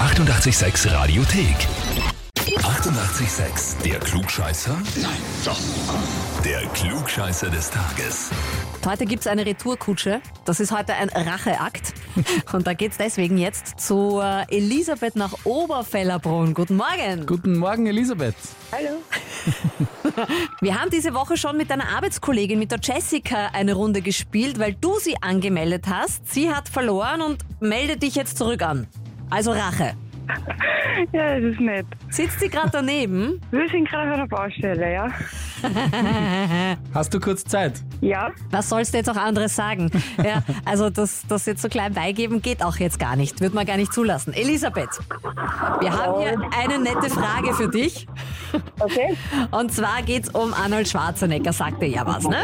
886 Radiothek. 88,6. Der Klugscheißer? Nein, doch. Der Klugscheißer des Tages. Heute gibt's eine Retourkutsche. Das ist heute ein Racheakt. Und da geht's deswegen jetzt zu äh, Elisabeth nach Oberfellerbrunn. Guten Morgen. Guten Morgen, Elisabeth. Hallo. Wir haben diese Woche schon mit deiner Arbeitskollegin, mit der Jessica, eine Runde gespielt, weil du sie angemeldet hast. Sie hat verloren und melde dich jetzt zurück an. Also Rache. Ja, das ist nett. Sitzt sie gerade daneben? Wir sind gerade auf einer Baustelle, ja? Hast du kurz Zeit? Ja. Was sollst du jetzt auch anderes sagen? Ja, also das, das jetzt so klein beigeben geht auch jetzt gar nicht. Wird man gar nicht zulassen. Elisabeth, wir haben hier eine nette Frage für dich. Okay. Und zwar geht's um Arnold Schwarzenegger, sagt dir ja was, ne?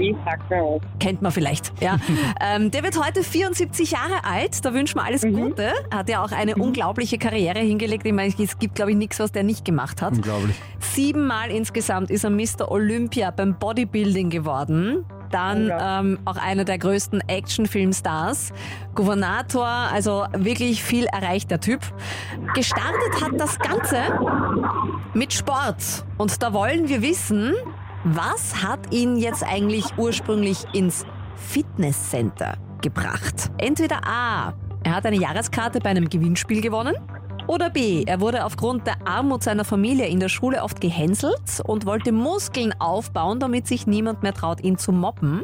Ich sag mir was. Kennt man vielleicht, ja. ähm, der wird heute 74 Jahre alt, da wünschen wir alles Gute. Hat ja auch eine unglaubliche Karriere hingelegt. Ich meine, es gibt, glaube ich, nichts, was der nicht gemacht hat. Mhm. Unglaublich. Siebenmal insgesamt ist er Mr. Olympia beim Bodybuilding geworden. Dann ähm, auch einer der größten Actionfilmstars. Gouvernator, also wirklich viel erreicht der Typ. Gestartet hat das Ganze mit Sport. Und da wollen wir wissen, was hat ihn jetzt eigentlich ursprünglich ins Fitnesscenter gebracht? Entweder A, er hat eine Jahreskarte bei einem Gewinnspiel gewonnen. Oder B, er wurde aufgrund der Armut seiner Familie in der Schule oft gehänselt und wollte Muskeln aufbauen, damit sich niemand mehr traut, ihn zu mobben.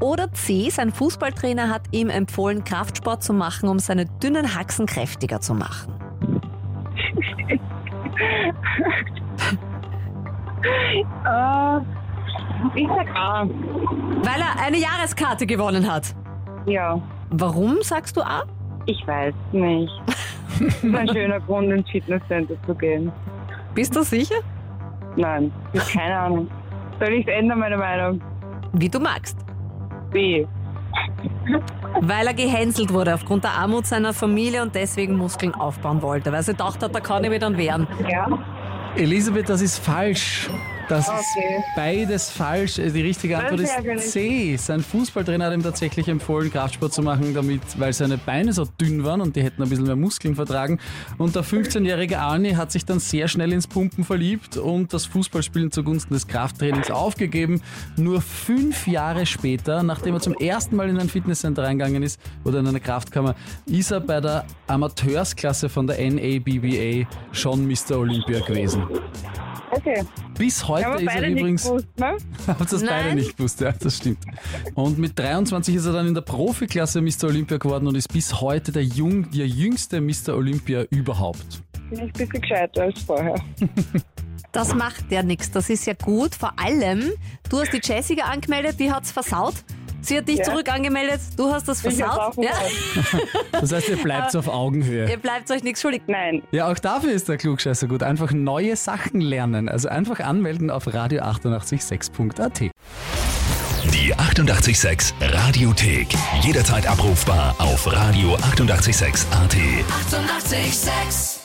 Oder C, sein Fußballtrainer hat ihm empfohlen, Kraftsport zu machen, um seine dünnen Haxen kräftiger zu machen. Äh, ich sag A. Weil er eine Jahreskarte gewonnen hat. Ja. Warum sagst du A? Ich weiß nicht. Das ist ein schöner Grund, ins Fitnesscenter zu gehen. Bist du sicher? Nein, ich hab keine Ahnung. Soll ich ändern, meine Meinung? Wie du magst. B. Weil er gehänselt wurde aufgrund der Armut seiner Familie und deswegen Muskeln aufbauen wollte, weil sie gedacht hat, da kann ich mich dann wehren. Ja. Elisabeth, das ist falsch. Das Okay. ist beides falsch. äh, Die richtige Antwort ist ärgerlich. ist C. Sein Fußballtrainer hat ihm tatsächlich empfohlen, Kraftsport zu machen, damit, weil seine Beine so dünn waren und die hätten ein bisschen mehr Muskeln vertragen. Und der 15-jährige Arnie hat sich dann sehr schnell ins Pumpen verliebt und das Fußballspielen zugunsten des Krafttrainings aufgegeben. Nur fünf Jahre später, nachdem er zum ersten Mal in ein Fitnesscenter reingegangen ist oder in eine Kraftkammer, ist er bei der Amateursklasse von der NABBA schon Mr. Olympia gewesen. Okay. Bis Haben heute wir ist er beide nicht übrigens. gewusst, ne? Habt das beide Nein. nicht gewusst, ja, das stimmt. Und mit 23 ist er dann in der Profiklasse Mr. Olympia geworden und ist bis heute der, jung, der jüngste Mr. Olympia überhaupt. Bin ich ein bisschen gescheiter als vorher. Das macht ja nichts, das ist ja gut. Vor allem, du hast die Jessica angemeldet, die hat's versaut. Sie hat dich Ja. zurück angemeldet, du hast das Ich hab's versaut. auch Ja, gewusst. Das heißt, ihr bleibt auf Augenhöhe. ihr bleibt euch nichts schuldig. Nein. Ja, auch dafür ist der Klugscheißer gut. Einfach neue Sachen lernen. Also einfach anmelden auf radio886.at. Die 88,6 Radiothek. Jederzeit abrufbar auf radio886.at. 88,6. Eighty-eight, sex.